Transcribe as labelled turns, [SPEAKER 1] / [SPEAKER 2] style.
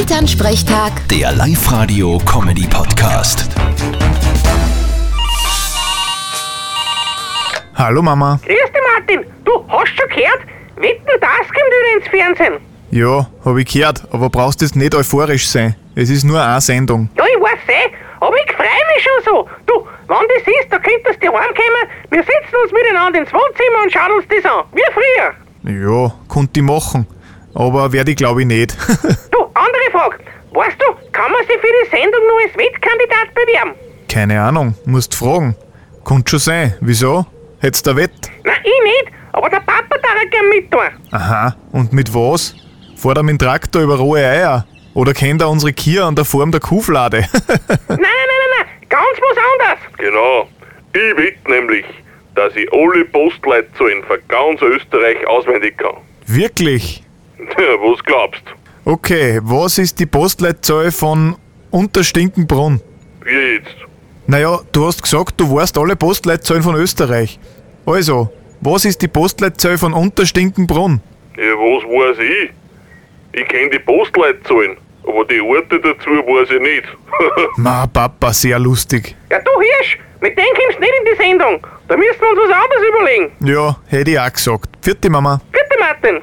[SPEAKER 1] Elternsprechtag,
[SPEAKER 2] Der Live-Radio-Comedy-Podcast.
[SPEAKER 3] Hallo Mama.
[SPEAKER 4] Grüß dich, Martin. Du hast schon gehört? Wetten, das kommt wieder ins Fernsehen.
[SPEAKER 3] Ja, hab ich gehört, aber brauchst jetzt nicht euphorisch sein. Es ist nur eine Sendung.
[SPEAKER 4] Ja, ich weiß eh, aber ich freue mich schon so. Du, wenn das ist, da könntest du heimkommen. Wir setzen uns miteinander ins Wohnzimmer und schauen uns das an. Wie früher.
[SPEAKER 3] Ja, konnte ich machen. Aber werde ich glaube ich nicht.
[SPEAKER 4] Du, andere Frage. Weißt du, kann man sich für die Sendung nur als Wettkandidat bewerben?
[SPEAKER 3] Keine Ahnung, musst fragen. Konnte schon sein. Wieso? Hätt's da Wett?
[SPEAKER 4] Na, ich nicht, aber der Papa darf ja gern mittun.
[SPEAKER 3] Aha, und mit was? Fährt er mit dem Traktor über rohe Eier? Oder kennt er unsere Kia an der Form der Kuhflade?
[SPEAKER 4] Nein, nein, nein, nein, nein, ganz was anderes.
[SPEAKER 5] Genau. Ich wette nämlich, dass ich alle Postleitzahlen von ganz Österreich auswendig kann.
[SPEAKER 3] Wirklich?
[SPEAKER 5] Tja, was glaubst?
[SPEAKER 3] Okay, was ist die Postleitzahl von Unterstinkenbrunn?
[SPEAKER 5] Wie jetzt?
[SPEAKER 3] Naja, du hast gesagt, du weißt alle Postleitzahlen von Österreich. Also, was ist die Postleitzahl von Unterstinkenbrunn?
[SPEAKER 5] Ja, was weiß ich? Ich kenne die Postleitzahlen, aber die Orte dazu weiß ich nicht.
[SPEAKER 3] Ma, Papa, sehr lustig.
[SPEAKER 4] Ja, du Hirsch, mit dem kommst du nicht in die Sendung. Da müssen wir uns was anderes überlegen.
[SPEAKER 3] Ja, hätte ich auch gesagt. Vierte Mama.
[SPEAKER 4] Bitte, Martin.